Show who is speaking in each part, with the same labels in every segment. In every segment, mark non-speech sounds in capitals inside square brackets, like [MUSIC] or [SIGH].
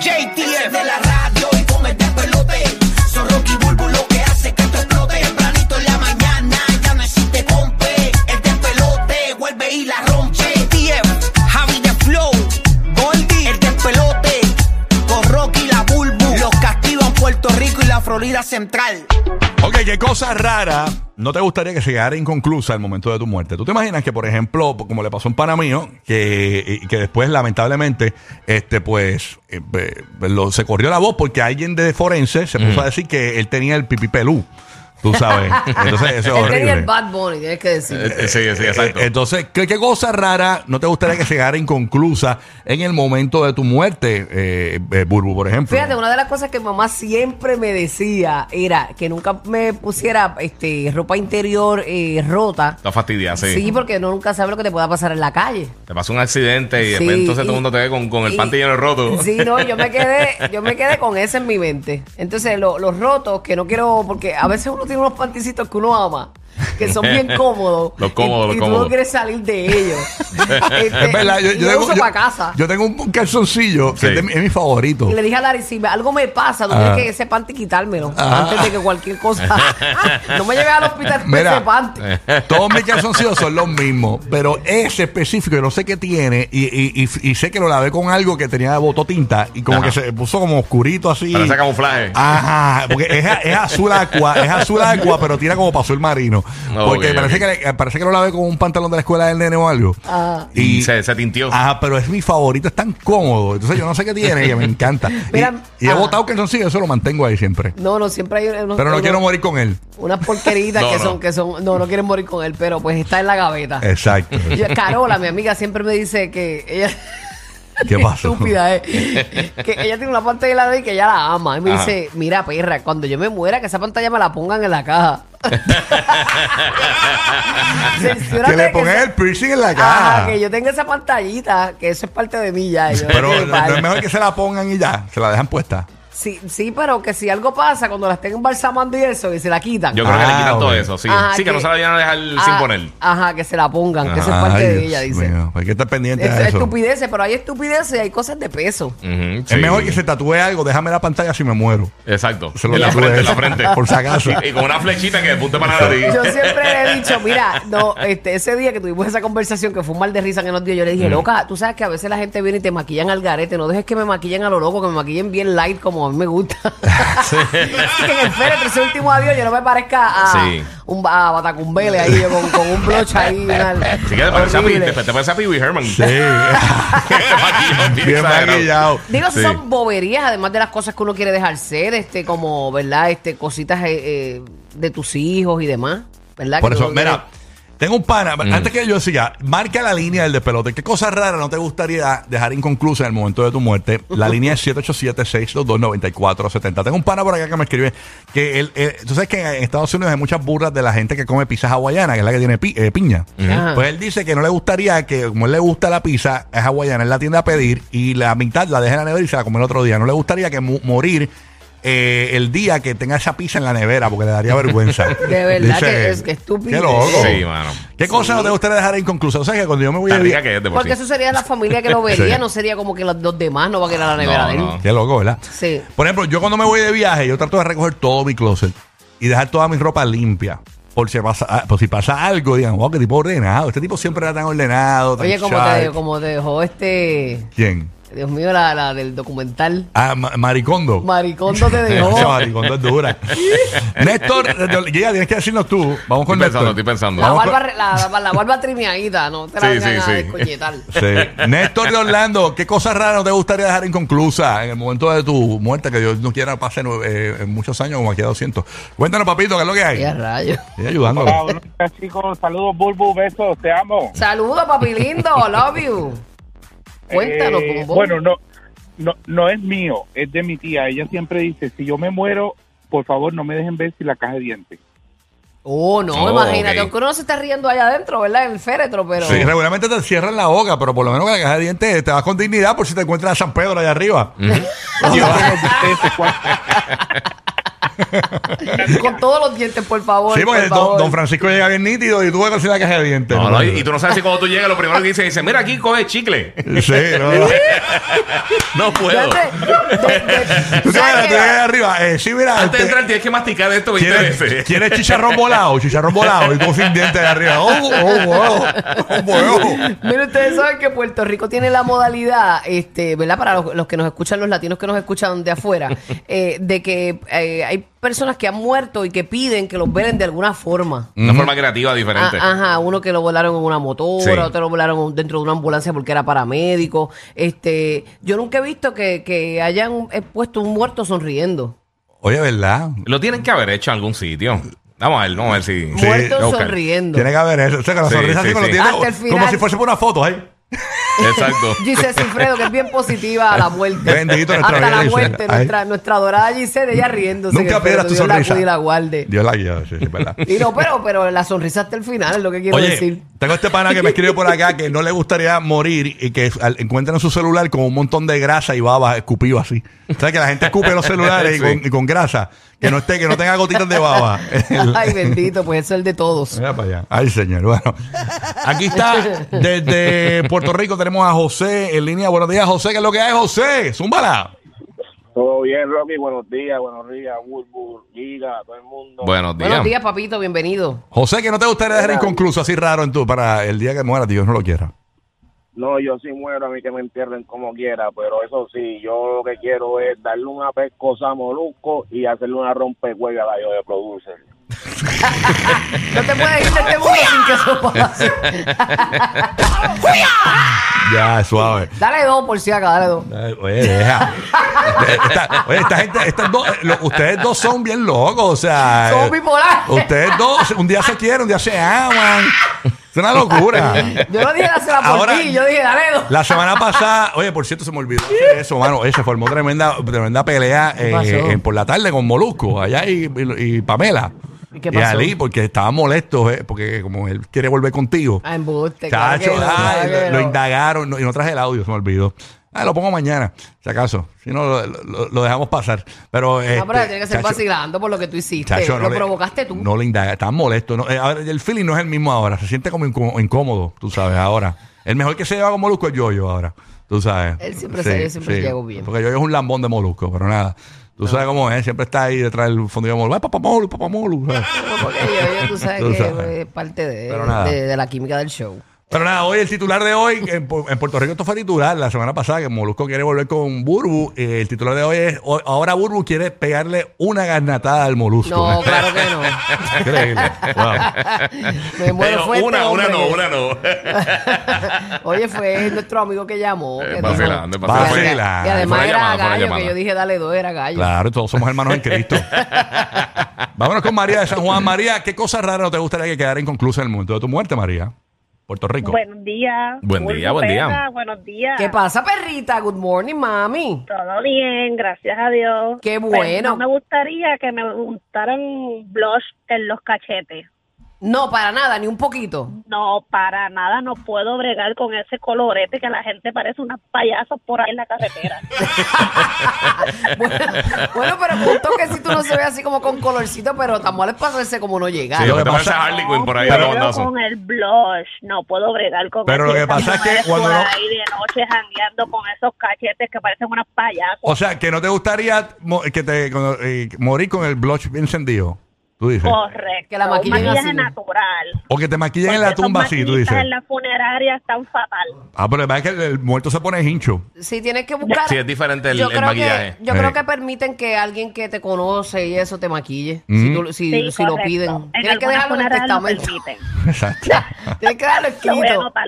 Speaker 1: JT es de la radio y con el despelote. Son Rocky Bulbo lo que hace que esto explote. Tempranito en la mañana ya no existe compe. El despelote vuelve y la rompe. JTF, Javi de Flow, Goldie, el despelote. Con Rocky y la Bulbo. Los castigan Puerto Rico y la Florida Central.
Speaker 2: Ok, qué cosa rara. No te gustaría que se quedara inconclusa el momento de tu muerte. ¿Tú te imaginas que, por ejemplo, como le pasó a un pana mío, que, y que después, lamentablemente, este, pues, eh, eh, lo- se corrió la voz porque alguien de forense se
Speaker 3: Mm.
Speaker 2: puso a decir que él tenía el pipí pelú. Tú
Speaker 3: [LAUGHS]
Speaker 2: sabes. Entonces, eso es
Speaker 3: Él tenía el
Speaker 2: horrible.
Speaker 3: Bad Bunny, tienes que decir.
Speaker 4: Eh, eh, sí, sí, exacto.
Speaker 2: Eh, Entonces, ¿qué, qué cosa rara no te gustaría que se quedara inconclusa en el momento de tu muerte, eh, eh, Burbu, por ejemplo?
Speaker 3: Fíjate, una de las cosas que mi mamá siempre me decía era que nunca me pusiera este, ropa interior eh, rota.
Speaker 4: Está fastidiada, sí.
Speaker 3: Sí. porque uno nunca sabe lo que te pueda pasar en la calle.
Speaker 4: Te pasa un accidente y
Speaker 3: Sí,
Speaker 4: después entonces todo
Speaker 3: y-
Speaker 4: el mundo te ve con, con el
Speaker 3: y-
Speaker 4: panty lleno de roto.
Speaker 3: Sí, no, yo me quedé, yo me quedé con eso en mi mente. Entonces, lo- los rotos que no quiero, porque a veces uno tiene unos panticitos que uno ama, que son
Speaker 4: [LAUGHS]
Speaker 3: bien cómodos.
Speaker 4: Los cómodos,
Speaker 3: y,
Speaker 4: los
Speaker 3: y tú
Speaker 4: cómodos.
Speaker 3: no quieres salir de
Speaker 4: [LAUGHS]
Speaker 3: ellos. Este,
Speaker 2: Es verdad, yo,
Speaker 3: y
Speaker 2: yo
Speaker 3: lo
Speaker 2: tengo,
Speaker 3: uso
Speaker 2: yo-
Speaker 3: para casa.
Speaker 2: yo tengo un calzoncillo que
Speaker 4: Sí.
Speaker 2: es, de mi- es mi favorito.
Speaker 3: Y le dije a Larry, si me- algo me pasa, tú
Speaker 2: Ah.
Speaker 3: tienes que ese panty quitármelo antes de que
Speaker 2: [LAUGHS]
Speaker 3: cualquier cosa. no me lleves al hospital con ese
Speaker 2: Mira, Eh.
Speaker 3: panty.
Speaker 2: todos mis calzoncillos son los mismos, pero ese específico, yo no sé qué tiene, y, y- y- y sé que lo lavé con algo que tenía bototinta, y como
Speaker 4: Ajá.
Speaker 2: que se puso como oscurito así.
Speaker 4: [LAUGHS] Parece camuflaje.
Speaker 2: Ajá, porque es, es azul agua, es azul agua, pero tira como para azul marino.
Speaker 4: Ok,
Speaker 2: Porque parece,
Speaker 4: ok.
Speaker 2: Que, le- parece que lo lavé con un pantalón de la escuela del nene o algo.
Speaker 3: Ah.
Speaker 4: Y se- se tintió.
Speaker 2: Ajá, pero es mi favorito, es tan cómodo. Entonces yo no sé qué tiene, y me encanta.
Speaker 3: Mira,
Speaker 2: y y he
Speaker 3: ajá.
Speaker 2: botado calzoncillo, eso lo mantengo ahí siempre.
Speaker 3: No, no, siempre hay unos,
Speaker 2: Pero no
Speaker 3: unos-
Speaker 2: quiero morir con él.
Speaker 3: unas
Speaker 2: [LAUGHS]
Speaker 3: porqueritas
Speaker 4: No,
Speaker 3: que
Speaker 4: no.
Speaker 3: son, que son, no, no quieren morir con él, pero pues está en la gaveta.
Speaker 2: Eh. Exacto.
Speaker 3: Yo- Carola, mi amiga, siempre me dice que ella.
Speaker 2: [LAUGHS] ¿Qué pasó? [LAUGHS]
Speaker 3: Estúpida, eh. Que ella tiene una pantalla de la ley que ella la ama. Y me
Speaker 4: Ajá.
Speaker 3: dice: Mira, perra, cuando yo me muera, que esa pantalla me la pongan en
Speaker 2: [LAUGHS]
Speaker 3: la caja. [LAUGHS] Cerciórate
Speaker 2: que le
Speaker 3: de
Speaker 2: pongas
Speaker 3: esa-
Speaker 2: el piercing en la
Speaker 3: Ajá,
Speaker 2: cara.
Speaker 3: que yo tenga esa pantallita, que eso es parte de mí ya. yo-
Speaker 2: Pero
Speaker 3: que
Speaker 2: no,
Speaker 3: vale.
Speaker 2: no es mejor que se la pongan y ya, se la dejan puesta.
Speaker 3: sí, sí, pero que si algo pasa, cuando las estén embalsamando y eso, que se la quitan.
Speaker 4: Yo creo que le
Speaker 2: Ah,
Speaker 4: quitan todo
Speaker 2: ok.
Speaker 4: eso, sí.
Speaker 3: Ajá,
Speaker 4: sí, que, no se la vayan a dejar sin
Speaker 3: Ah,
Speaker 4: poner.
Speaker 3: Ajá, que se la pongan, que eso es parte de ella, dice.
Speaker 2: hay que estar pendiente
Speaker 3: Eso
Speaker 2: de
Speaker 3: es
Speaker 2: eso.
Speaker 3: estupideces, pero hay estupideces y hay cosas de peso.
Speaker 4: Ujú,
Speaker 2: Es
Speaker 4: sí.
Speaker 2: mejor que se tatúe algo, déjame la pantalla si me muero.
Speaker 4: Exacto.
Speaker 2: Se lo
Speaker 4: en la
Speaker 2: tatúe.
Speaker 4: frente, en la frente.
Speaker 2: [LAUGHS] Por si
Speaker 4: [LAUGHS]
Speaker 2: acaso.
Speaker 4: Y, y con una flechita que apunte para la nariz.
Speaker 3: Yo siempre
Speaker 2: [LAUGHS]
Speaker 3: le he dicho, mira, no, este, ese día que tuvimos esa conversación que fue un mal de risa que nos dio, yo le
Speaker 2: Mm.
Speaker 3: dije, loca, tú sabes que a veces la gente viene y te maquillan al garete, no dejes que me maquillen a lo loco, que me maquillen bien light como a mí
Speaker 2: [LAUGHS]
Speaker 3: me gusta. Y que en el féretro, ese último adiós, yo no me parezca a,
Speaker 4: Sí.
Speaker 3: un, a Batacumbele ahí, yo con, con un broche
Speaker 2: [LAUGHS]
Speaker 3: ahí. una-
Speaker 4: Sí, que te parece a Pee-
Speaker 3: horrible.
Speaker 4: te- [LAUGHS] te parece a Pee Wee Herman.
Speaker 2: Sí. [LAUGHS] Bien maquillado.
Speaker 3: Digo,
Speaker 4: Sí.
Speaker 3: son boberías, además de las cosas que uno quiere dejar ser, este, como, ¿verdad? Este, cositas eh, eh, de tus hijos y demás, ¿verdad?
Speaker 2: Por
Speaker 3: Que
Speaker 2: eso,
Speaker 3: uno quiere-
Speaker 2: mira, tengo un pana. Antes que yo siga, marca la línea del despelote. ¿Qué cosa rara no te gustaría dejar inconclusa en el momento de tu muerte? La línea es 787-622-9470. Tengo un pana por acá que me escribe que él, él- tú sabes que en Estados Unidos hay muchas burlas de la gente que come pizza hawaiana, que es la que tiene pi- eh, piña.
Speaker 3: Ajá.
Speaker 2: Pues él dice que no le gustaría que, como él le gusta la pizza, es hawaiana, él la tiende a pedir y la mitad la deja en la nevera y se la come el otro día. No le gustaría que mu- morir. eh, el día que tenga esa pizza en la nevera porque le daría vergüenza.
Speaker 3: De verdad
Speaker 2: Dice
Speaker 3: que
Speaker 2: él.
Speaker 3: es que estúpido.
Speaker 2: Qué loco.
Speaker 4: Sí, mano.
Speaker 2: ¿Qué cosa no te gustaría dejar inconclusa? O sea, que cuando yo me voy a
Speaker 4: Tan rica
Speaker 2: vivir...
Speaker 4: que es de por
Speaker 3: Porque
Speaker 4: sí.
Speaker 3: eso sería la familia que lo
Speaker 2: [LAUGHS]
Speaker 3: vería,
Speaker 2: Sí.
Speaker 3: no sería como que los, los demás no van a ir a la nevera
Speaker 4: No,
Speaker 3: de él.
Speaker 4: no.
Speaker 2: Qué loco, ¿verdad?
Speaker 3: Sí.
Speaker 2: Por ejemplo, yo cuando me voy de viaje, yo trato de recoger todo mi closet y dejar toda mi ropa limpia. Por si pasa, ah, por si pasa algo, digan, wow, qué tipo ordenado. Este tipo siempre era tan ordenado, tan
Speaker 3: Oye, como te,
Speaker 2: sharp".
Speaker 3: como te dejó este,
Speaker 2: ¿Quién?
Speaker 3: Dios mío, la, la del documental.
Speaker 2: Ah, Ma- Maricondo. [LAUGHS]
Speaker 3: Maricondo te
Speaker 2: Esa
Speaker 3: dejó.
Speaker 2: Maricondo es
Speaker 3: [LAUGHS]
Speaker 2: dura. Néstor, eh, ya tienes que decirnos tú. Vamos con
Speaker 4: Estoy pensando,
Speaker 2: Néstor.
Speaker 4: estoy pensando.
Speaker 3: La
Speaker 2: Vamos con-
Speaker 3: barba, re- la, la- la barba trimeadita, no te la
Speaker 4: Sí,
Speaker 3: vengan
Speaker 4: sí,
Speaker 3: a
Speaker 4: sí.
Speaker 2: [LAUGHS]
Speaker 3: descoñetar.
Speaker 2: Sí. Néstor de Orlando, ¿qué cosa rara no te gustaría dejar inconclusa en el momento de tu muerte? Que Dios no quiera pase nueve- eh, muchos años como aquí a 200. Cuéntanos, papito, ¿qué es lo que hay?
Speaker 3: Qué rayo.
Speaker 2: Estoy ayudando.
Speaker 5: Hola, buenos días, chicos. Saludos, Bulbu. Besos, te amo.
Speaker 3: Saludos, papi lindo, love you. Cuéntanos,
Speaker 5: Eh,
Speaker 3: Bumbo.
Speaker 5: Bueno, no, no, no es mío, es de mi tía. Ella siempre dice: si yo me muero, por favor, no me dejen ver si la caja de dientes.
Speaker 3: Oh, no,
Speaker 4: Oh,
Speaker 3: imagínate,
Speaker 4: ok.
Speaker 3: aunque uno no se está riendo allá adentro, ¿verdad? En el féretro, pero...
Speaker 2: Sí, regularmente te cierran la boca, pero por lo menos con la caja de dientes eh, te vas con dignidad
Speaker 3: Mm.
Speaker 2: por si te encuentras a San Pedro allá arriba.
Speaker 4: Ujú.
Speaker 5: Yo tengo que ustedes se cuan-
Speaker 3: Con todos los dientes, por favor.
Speaker 2: Sí, porque
Speaker 3: por
Speaker 2: don,
Speaker 3: favor.
Speaker 2: don Francisco llega bien nítido y tú vas a conseguir la caja de dientes.
Speaker 4: No, no, y, y tú no sabes si cuando tú llegas, lo primero que dices, dice, mira aquí, coge chicle.
Speaker 2: Sí, no.
Speaker 3: [LAUGHS]
Speaker 2: no.
Speaker 4: No puedo.
Speaker 3: Fíjate, de-
Speaker 2: [LAUGHS]
Speaker 3: de-
Speaker 2: Tú te
Speaker 3: ¿sabes
Speaker 2: vas tú
Speaker 3: qué?
Speaker 2: llegas arriba. Eh, sí, mira.
Speaker 4: Antes de
Speaker 2: este,
Speaker 4: entrar, tienes que masticar esto 20
Speaker 2: ¿Quieres,
Speaker 4: veces.
Speaker 2: quieres chicharrón volado? Chicharrón volado. Y tú sin dientes de arriba. ¡Oh, oh, wow! ¡Oh, wow!
Speaker 3: [LAUGHS] Mira, ustedes saben que Puerto Rico tiene la modalidad, este, ¿verdad? Para los, los que nos escuchan, los latinos que nos escuchan de afuera, eh, de que eh, hay personas que han muerto y que piden que los velen de alguna forma.
Speaker 4: Una forma creativa diferente.
Speaker 3: Ah, ajá, uno que lo volaron en una motora,
Speaker 4: Sí.
Speaker 3: otro lo volaron dentro de una ambulancia porque era paramédico. Este, yo nunca he visto que, que hayan eh, puesto un muerto sonriendo.
Speaker 2: Oye, ¿verdad?
Speaker 4: Lo tienen que haber hecho en algún sitio. Vamos a ver, vamos a ver si.
Speaker 2: Sí,
Speaker 3: muerto
Speaker 4: ok.
Speaker 3: sonriendo.
Speaker 2: Tiene que haber eso. O sea, que la
Speaker 4: Sí,
Speaker 2: sonrisa así
Speaker 4: sí,
Speaker 2: con los
Speaker 4: sí.
Speaker 2: dientes.
Speaker 3: Hasta el
Speaker 2: Como
Speaker 3: final.
Speaker 2: si fuese por una foto ¿eh? ahí.
Speaker 3: [LAUGHS]
Speaker 4: Exacto.
Speaker 3: Giselle Cifredo, que es bien positiva a la muerte.
Speaker 2: Bendito nuestra
Speaker 3: Hasta
Speaker 2: vida,
Speaker 3: la
Speaker 2: Giselle.
Speaker 3: muerte,
Speaker 2: Ay.
Speaker 3: nuestra, nuestra adorada Giselle, ella riéndose.
Speaker 2: Nunca
Speaker 3: que
Speaker 2: pierdas
Speaker 3: pero
Speaker 2: tu
Speaker 3: Dios la
Speaker 2: sonrisa.
Speaker 3: cuide y la guarde.
Speaker 2: Dios la guía. Sí, sí, ¿verdad?
Speaker 3: [LAUGHS] Y no, pero, pero la sonrisa hasta el final es lo que quiero
Speaker 2: Oye, [LAUGHS]
Speaker 3: decir.
Speaker 2: tengo este pana que me escribe por acá que no le gustaría morir y que al- encuentran su celular con un montón de grasa y baba escupido así. ¿Sabes que la gente escupe los celulares y,
Speaker 4: [LAUGHS] Sí.
Speaker 2: con, y con grasa? Que no esté, que no tenga gotitas de baba.
Speaker 3: [LAUGHS] Ay, bendito, pues eso es el de todos.
Speaker 2: Mira para allá. Ay, señor. Bueno, aquí está desde Puerto Rico tenemos a José en línea. Buenos días, José. ¿Qué es lo que hay, José? Zúmbala.
Speaker 6: Todo bien, Rocky. Buenos días, buenos días, Bulbul, Giga, todo el mundo.
Speaker 4: Buenos días.
Speaker 3: Buenos días, papito, bienvenido.
Speaker 2: José, que no te gustaría dejar inconcluso así raro en tu para el día que muera, Dios no lo quiera.
Speaker 6: No, yo sí muero, a mí que me entierren como quiera, pero eso sí, yo lo que quiero es darle una pescosa a Molusco y hacerle una rompehuelga a la yo de producer.
Speaker 3: No te puedes ir de este mundo sin que eso pase.
Speaker 2: Ya,
Speaker 3: [LAUGHS]
Speaker 2: suave.
Speaker 3: Dale dos por si acá, dale dos.
Speaker 2: Ay, Oye, deja. Esta, oye, esta gente, estas dos, lo- ustedes dos son bien locos, o sea. eh,
Speaker 3: Somos bipolares.
Speaker 2: Ustedes dos, un día se quieren, un día se aman. Es una locura.
Speaker 3: Yo no dije dásela por
Speaker 2: Ahora-
Speaker 3: ti, yo dije dale dos.
Speaker 2: La semana pasada, oye, por cierto, se me olvidó hacer eso, mano. Oye, se formó tremenda, tremenda pelea eh,
Speaker 3: pasó?
Speaker 2: eh, por la tarde con Molusco, allá y, y- y Pamela.
Speaker 3: ¿Y qué pasó?
Speaker 2: Ali, porque estaban molestos, eh, porque como él quiere volver contigo.
Speaker 3: Ah, embuste, claro
Speaker 2: Chacho,
Speaker 3: que no,
Speaker 2: ay,
Speaker 3: claro que
Speaker 2: lo
Speaker 3: no.
Speaker 2: indagaron no- y no traje el audio, se me olvidó. Ah, lo pongo mañana, si acaso. Si no, lo, lo- lo dejamos pasar. Pero,
Speaker 3: Ah, pero
Speaker 2: este,
Speaker 3: tiene que ser
Speaker 2: chacho,
Speaker 3: vacilando por lo que tú hiciste.
Speaker 2: chacho,
Speaker 3: lo
Speaker 2: le-
Speaker 3: provocaste tú.
Speaker 2: No lo indaga, estaban molestos. no, eh, ahora, el feeling no es el mismo ahora, se siente como incó- incómodo, tú sabes, ahora. El mejor que se lleva con Molusco es Yoyo ahora, tú sabes.
Speaker 3: Él siempre se- yo siempre llego bien.
Speaker 2: Porque Yoyo es un lambón de Molusco, pero nada. Tú sabes cómo es, siempre está ahí detrás del fondo de Molusco. ¡Ay, papá Molu, papá Molu! ¿sabes?
Speaker 3: No, [LAUGHS] porque yo, yo, tú sabes
Speaker 2: Tú
Speaker 3: que pues, eh,
Speaker 2: sabes.
Speaker 3: es parte de,
Speaker 2: Pero nada.
Speaker 3: de- de la química del show.
Speaker 2: Pero nada, hoy el titular de hoy, en, Pu- en Puerto Rico esto fue titular la semana pasada, que Molusco quiere volver con Burbu. eh, el titular de hoy es, o- ahora Burbu quiere pegarle una garnatada al Molusco. [LAUGHS]
Speaker 3: No, claro que no.
Speaker 2: Increíble. Wow.
Speaker 3: Me muero
Speaker 4: Pero
Speaker 3: fue este
Speaker 4: una, una
Speaker 3: hombre
Speaker 4: no,
Speaker 3: que-
Speaker 4: una no.
Speaker 3: Oye, fue nuestro amigo que llamó.
Speaker 4: Eh,
Speaker 3: que
Speaker 4: vacilando,
Speaker 3: dijo-
Speaker 2: vacilando.
Speaker 3: Y
Speaker 2: Vacilando.
Speaker 4: Fue
Speaker 3: además
Speaker 4: la
Speaker 3: era
Speaker 4: llamada, fue la
Speaker 3: gallo, que
Speaker 4: llamada.
Speaker 3: yo dije dale dos, era gallo.
Speaker 2: Claro, todos somos hermanos en Cristo. Vámonos con María de San Juan. María, ¿qué cosa rara no te gustaría que quedara inconclusa en el momento de tu muerte, María? Puerto Rico.
Speaker 7: Buenos días.
Speaker 4: Buen día,
Speaker 7: Pulpo
Speaker 4: buen día.
Speaker 7: Perra, Buenos días.
Speaker 3: ¿Qué pasa, perrita? Good morning, mami.
Speaker 7: Todo bien, gracias a Dios.
Speaker 3: Qué
Speaker 7: Pero
Speaker 3: bueno.
Speaker 7: no me gustaría que me untaran blush en los cachetes.
Speaker 3: No, para nada, ni un poquito. [LAUGHS]
Speaker 7: No, para nada, no puedo bregar con ese colorete que la gente parece unas payasas por ahí en la
Speaker 2: [LAUGHS]
Speaker 7: carretera.
Speaker 3: bueno, bueno, pero punto que si tú no se ve así como con colorcito, pero tan mal es pasarse como no llegar.
Speaker 4: Sí,
Speaker 2: lo que
Speaker 4: lo que te
Speaker 2: pasa-
Speaker 4: pasa Harley Quinn por ahí
Speaker 7: No
Speaker 4: dando
Speaker 7: puedo
Speaker 4: bandazos.
Speaker 7: con el blush, no puedo bregar con
Speaker 2: Pero
Speaker 7: eso.
Speaker 2: lo que
Speaker 7: Esas
Speaker 2: pasa es que
Speaker 7: mujeres
Speaker 2: cuando
Speaker 7: por
Speaker 2: no-
Speaker 7: ahí de noche jangueando con esos cachetes que parecen unas payasas.
Speaker 2: O sea, que no te gustaría mo- que te con- eh, morir con el blush encendido. Tú dices.
Speaker 7: Oh. Correcto.
Speaker 3: Que la
Speaker 7: un
Speaker 3: maquillen
Speaker 7: maquillaje
Speaker 3: así.
Speaker 7: natural.
Speaker 2: O que te maquillen en
Speaker 7: Porque
Speaker 2: la
Speaker 7: esos
Speaker 2: tumba así, tú
Speaker 7: maquillistas
Speaker 2: dices.
Speaker 7: En la funeraria están fatal.
Speaker 2: Ah, pero es que el, el muerto se pone hincho.
Speaker 3: Sí, tienes que buscar.
Speaker 4: Sí, es diferente el-
Speaker 3: yo
Speaker 4: el
Speaker 3: creo
Speaker 4: maquillaje.
Speaker 3: Que, yo
Speaker 2: Sí.
Speaker 3: creo que permiten que alguien que te conoce y eso te maquille.
Speaker 2: Mm.
Speaker 3: Si, tú- si-
Speaker 7: Sí,
Speaker 3: si lo
Speaker 7: correcto.
Speaker 3: piden.
Speaker 7: En
Speaker 3: Tienes que
Speaker 7: algunas
Speaker 3: dejarlo en el
Speaker 7: funerarias lo
Speaker 3: testamento.
Speaker 7: permiten.
Speaker 2: Exacto.
Speaker 3: Tienes que dejarlo
Speaker 7: pues, [LAUGHS] Lo voy a
Speaker 3: escrito.
Speaker 7: anotar.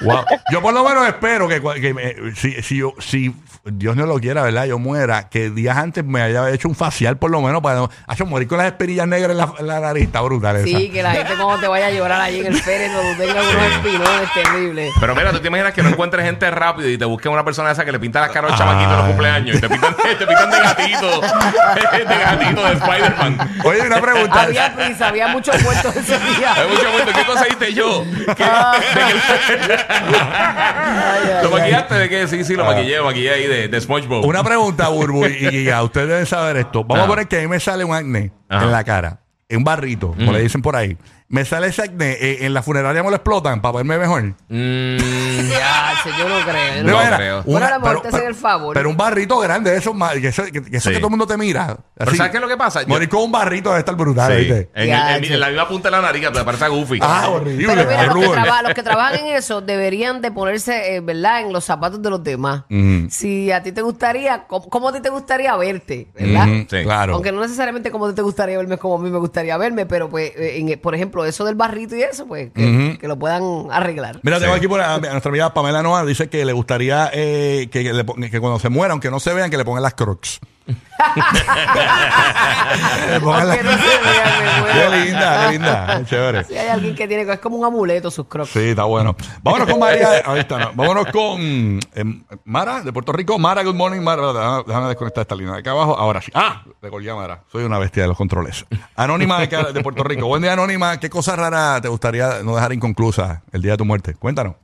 Speaker 2: Wow. Yo por lo menos espero que, cua- que me- si, si yo, si Dios no lo quiera, ¿verdad? Yo muera, que días antes me haya hecho un facial por lo menos para no- hacho, morir con las esperillas negra en la, en la nariz, está brutal esa.
Speaker 3: Sí, que la gente como te vaya a llorar allí en el féretro, tú tengas unos espinones terribles.
Speaker 4: Pero mira, tú te imaginas que no encuentres gente rápido y te busques una persona esa que le pinta las
Speaker 2: Ah.
Speaker 4: caras al chamaquito en los cumpleaños y te pintan, [LAUGHS] te pintan de gatito, [LAUGHS] de gatito de Spider-Man.
Speaker 2: Oye, una pregunta.
Speaker 3: [LAUGHS] Había prisa, había muchos muertos
Speaker 2: [LAUGHS]
Speaker 3: ese día.
Speaker 4: Hay mucho momento. ¿Qué conseguiste yo? ¿Qué,
Speaker 3: Ah.
Speaker 4: de que- ¿Lo maquillaste de qué? Sí, sí, lo maquillé, lo maquillé ahí de, de SpongeBob.
Speaker 2: Ah. Una pregunta, Burbu y Giga. Ustedes deben saber esto. Vamos
Speaker 4: Ajá.
Speaker 2: a poner que a mí me sale un acné
Speaker 4: Ajá.
Speaker 2: en la cara, en un barrito, como
Speaker 4: Mm.
Speaker 2: le dicen por ahí. Me sale ese acné. eh, en la funeraria me lo explotan para verme mejor.
Speaker 4: Mm,
Speaker 3: Ya, sí, yo no creo. yo
Speaker 2: De
Speaker 3: no
Speaker 4: No
Speaker 2: manera,
Speaker 4: creo.
Speaker 2: una-
Speaker 3: Bueno, a lo mejor te hacen el favor. ¿eh?
Speaker 2: pero un barrito grande, eso, ma- que eso, que, que eso
Speaker 4: Sí.
Speaker 2: que todo el mundo te mira.
Speaker 4: Pero ¿sabes qué es lo que pasa? Yo-
Speaker 2: Morir con un barrito debe estar brutal,
Speaker 4: sí.
Speaker 2: Ah, ¿viste?
Speaker 4: En,
Speaker 3: Ya,
Speaker 4: en- en
Speaker 3: sí.
Speaker 4: la misma punta de la nariz, te parece a Goofy. Mm.
Speaker 2: Ah, horrible.
Speaker 3: Pero mira, los que,
Speaker 2: arrugas.
Speaker 3: traba- los que trabajan en eso deberían de ponerse, eh, ¿verdad?, en los zapatos de los demás.
Speaker 2: Mm.
Speaker 3: Si a ti te gustaría, ¿cómo, cómo a ti te gustaría verte? ¿Verdad?
Speaker 2: Ujú,
Speaker 4: Sí.
Speaker 2: Claro.
Speaker 3: Aunque no necesariamente como a ti te gustaría verme es como a mí me gustaría verme, pero pues, eh, en- por ejemplo, eso del barrito y eso, pues, que, que lo puedan arreglar.
Speaker 2: Mira, tengo
Speaker 4: Sí.
Speaker 2: aquí por a, a nuestra amiga Pamela Noa, dice que le gustaría eh, que, que le pon- que cuando se muera, aunque no se vean, que le pongan las crocs. Que
Speaker 3: [LAUGHS]
Speaker 2: le pongan
Speaker 3: Aunque no se vean, me
Speaker 2: eh, [LAUGHS] Qué
Speaker 3: muero.
Speaker 2: linda, qué linda, chévere.
Speaker 3: Si hay alguien que tiene, es como un amuleto sus crocs.
Speaker 2: Sí, está bueno. Vámonos con María. Ahí está. no. Vámonos con eh, Mara de Puerto Rico. Mara, good morning, Mara. Déjame, déjame desconectar esta línea de acá abajo. Ahora sí. Ah, recordé a Mara. Soy una bestia de los controles. Anónima de, acá, de Puerto Rico. Buen día, Anónima. ¿Qué cosa rara te gustaría no dejar inconclusa el día de tu muerte? Cuéntanos.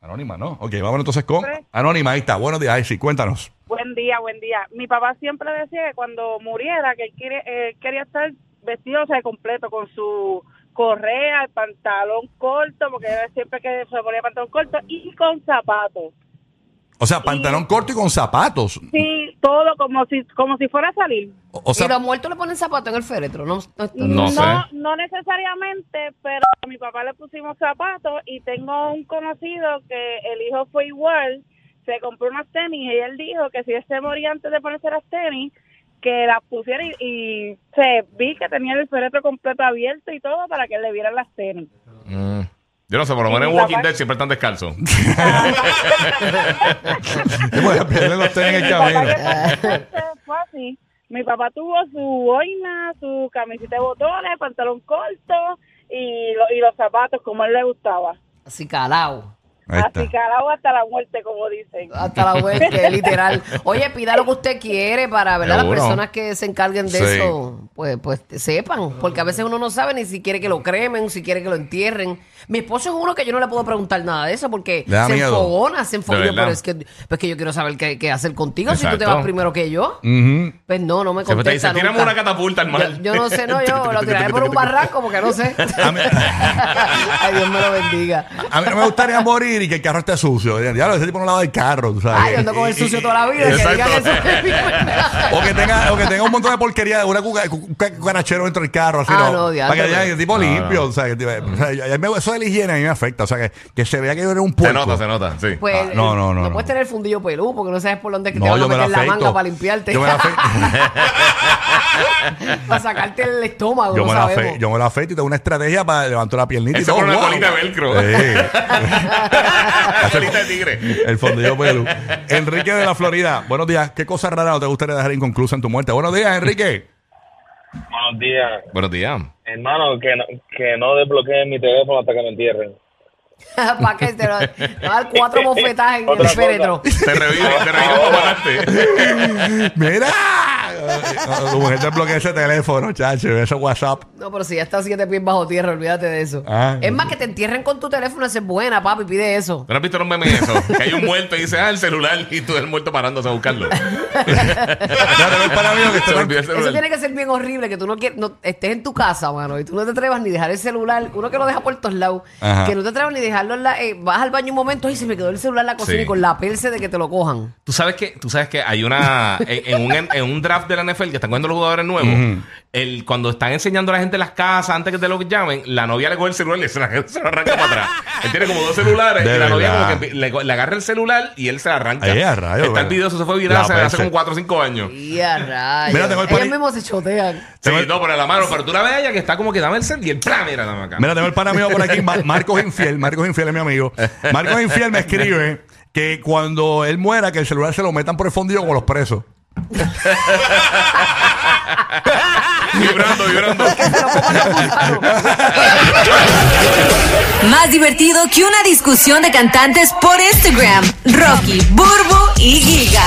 Speaker 2: Anónima, ¿no? Ok, vámonos entonces con Anónima. Ahí está. Buenos días. Ahí sí, cuéntanos.
Speaker 8: Buen día, buen día. Mi papá siempre decía que cuando muriera, que él quiere- eh, quería estar vestido o sea, completo con su correa, el pantalón corto, porque era siempre que se ponía pantalón corto, y con zapatos.
Speaker 2: O sea, pantalón corto y con zapatos.
Speaker 8: Sí, todo como si como si fuera a salir.
Speaker 2: O, o
Speaker 3: y los
Speaker 2: [LAUGHS] sea, Mm.
Speaker 3: muertos le ponen zapatos en el féretro, ¿no? No,
Speaker 4: No sé.
Speaker 8: No, no necesariamente, pero a mi papá le pusimos zapatos y tengo un conocido que el hijo fue igual, se compró unas tenis y él dijo que si él se moría antes de ponerse las tenis, que las pusiera y, y se vi que tenía el féretro completo abierto y todo para que le vieran las tenis.
Speaker 4: Mm. Yo no sé, por lo menos en Walking Dead siempre están descalzos.
Speaker 2: bueno, pierden los tenis en el
Speaker 8: [LAUGHS] Mi papá,
Speaker 2: camino.
Speaker 8: que fue bastante fácil, mi papá tuvo su boina, su camiseta de botones, pantalón corto y, lo- y los zapatos como a él le gustaba.
Speaker 3: Así calao.
Speaker 2: Ahí está.
Speaker 8: Así calado hasta la muerte, como dicen.
Speaker 3: Hasta la
Speaker 4: [LAUGHS]
Speaker 3: muerte, literal. Oye, pida lo que usted quiere para, ¿verdad?
Speaker 4: Seguro.
Speaker 3: Las personas que se encarguen de
Speaker 2: Sí.
Speaker 3: eso, pues, pues sepan. Porque a veces uno no sabe ni si quiere que lo cremen, si quiere que lo entierren. Mi esposo es uno que yo no le puedo preguntar nada de eso porque
Speaker 2: Le da
Speaker 3: se
Speaker 2: miedo.
Speaker 3: enfogona, se
Speaker 4: De
Speaker 3: enfogona.
Speaker 4: verdad.
Speaker 3: Pero es que, pues que yo quiero saber qué, qué hacer contigo si tú te
Speaker 4: Exacto.
Speaker 3: vas primero que yo.
Speaker 2: Ujú.
Speaker 3: Pues no, no me
Speaker 4: Siempre te
Speaker 3: contesta
Speaker 4: dicen, tiramos
Speaker 3: nunca.
Speaker 4: una catapulta al
Speaker 3: Yo,
Speaker 4: mar.
Speaker 3: yo no sé, no,
Speaker 4: [LAUGHS]
Speaker 3: yo lo
Speaker 2: [LAUGHS]
Speaker 3: tiraré por un barranco porque no sé. [LAUGHS] Ay, Dios me lo bendiga.
Speaker 2: A mí no me gustaría morir y que el carro esté sucio. Diablo, ese tipo no lava el carro, tú sabes.
Speaker 3: Ay, yo ando con el sucio toda la vida. Que digan eso de mí, pues,
Speaker 2: O que tenga, o que tenga un montón de porquería de una cuca- cu- cu- cucarachero dentro del carro, así
Speaker 3: Ah,
Speaker 2: no.
Speaker 3: no, diablo,
Speaker 2: para que digan
Speaker 3: no.
Speaker 2: el tipo limpio, o sea, que, tipo, o sea, ya- ya me- eso de la higiene a mí me afecta, o sea, que, que se vea que yo era un puerco.
Speaker 4: Se nota, se nota, sí.
Speaker 3: Pues,
Speaker 2: Ah, no, no, no,
Speaker 3: No
Speaker 2: no.
Speaker 3: puedes tener el fundillo pelú porque no sabes por dónde es que te
Speaker 2: No,
Speaker 3: van a
Speaker 2: yo me
Speaker 3: meter
Speaker 2: la
Speaker 3: la,
Speaker 2: afecto.
Speaker 3: manga para limpiarte.
Speaker 2: Yo me la
Speaker 3: [LAUGHS]
Speaker 2: afecto.
Speaker 3: para sacarte el
Speaker 2: [LAUGHS]
Speaker 3: estómago,
Speaker 2: Yo
Speaker 3: no
Speaker 2: me la
Speaker 3: sabemos.
Speaker 2: afecto, yo me la afecto y tengo una estrategia para levantar la piernita y
Speaker 4: Eso
Speaker 2: todo.
Speaker 4: fue una
Speaker 2: ¡Wow!
Speaker 4: colita de velcro.
Speaker 2: Sí.
Speaker 4: Colita Ah, de tigre.
Speaker 2: El fondillo pelu. Enrique de la Florida. Buenos días. ¿Qué cosa rara no te gustaría dejar inconclusa en tu muerte? Buenos días, Enrique.
Speaker 6: Buenos días.
Speaker 4: Buenos días.
Speaker 6: Hermano, que no, que no desbloqueen mi teléfono hasta que me entierren.
Speaker 3: [LAUGHS] para que te lo, te va a dar
Speaker 2: [LAUGHS]
Speaker 3: cuatro bofetadas en el
Speaker 6: Otra cosa.
Speaker 3: féretro.
Speaker 4: Te reviven, te reviven para matarte.
Speaker 2: Mira. Tu mujer te bloquea ese teléfono, chacho, ese WhatsApp.
Speaker 3: No, pero si ya estás siete pies bajo tierra, olvídate de eso.
Speaker 2: Ah.
Speaker 3: es más, que te entierren con tu teléfono, esa es buena, papi, pide eso.
Speaker 4: ¿Tú no has visto los memes de eso? Que hay un muerto y dice, ah, el celular. Y tú el muerto parándose a buscarlo.
Speaker 2: No, no, el pana mío que
Speaker 4: Se
Speaker 2: está-
Speaker 4: me olvidó el
Speaker 3: Eso tiene
Speaker 4: celular.
Speaker 3: que ser bien horrible, que tú no, quieres, no estés en tu casa, mano, y tú no te atrevas ni dejar el celular, uno que lo deja por todos lados,
Speaker 2: Ajá.
Speaker 3: que no te atrevas ni dejarlo en la... eh, vas al baño un momento, y se me quedó el celular en la cocina
Speaker 4: Sí.
Speaker 3: y con la perse de que te lo cojan.
Speaker 4: Tú sabes que, tú sabes que hay una en, en un, en un draft de la NFL que están cogiendo los jugadores nuevos. el, cuando están enseñando a la gente las casas antes que te lo llamen, la novia le coge el celular y le- se, la- se lo arranca para atrás. Él tiene como dos celulares
Speaker 2: De
Speaker 4: y la novia
Speaker 2: verdad.
Speaker 4: como que le, le agarra el celular y él se la arranca.
Speaker 2: Ay, a rayos,
Speaker 4: Está el
Speaker 2: ¿verdad?
Speaker 4: video, eso se fue viral
Speaker 2: La
Speaker 4: hace,
Speaker 2: peste.
Speaker 4: hace como 4 o 5 años.
Speaker 3: Y a rayos.
Speaker 2: Mira, tengo el
Speaker 3: Ellos
Speaker 2: poli-
Speaker 3: mismos se chotean.
Speaker 4: Sí,
Speaker 2: Tengo-
Speaker 4: no, pero la mano, pero tú la ves a ella que está como que dame el cel y el plan, mira, dame acá.
Speaker 2: Mira, tengo el pana mío por aquí, Ma- Marcos Infiel. Marcos Infiel es mi amigo. Marcos Infiel me escribe que cuando él muera, que el celular se lo metan por el fondillo con los presos.
Speaker 4: vibrando, vibrando.
Speaker 8: Más divertido que una discusión de cantantes por Instagram. Rocky, Burbu y Giga.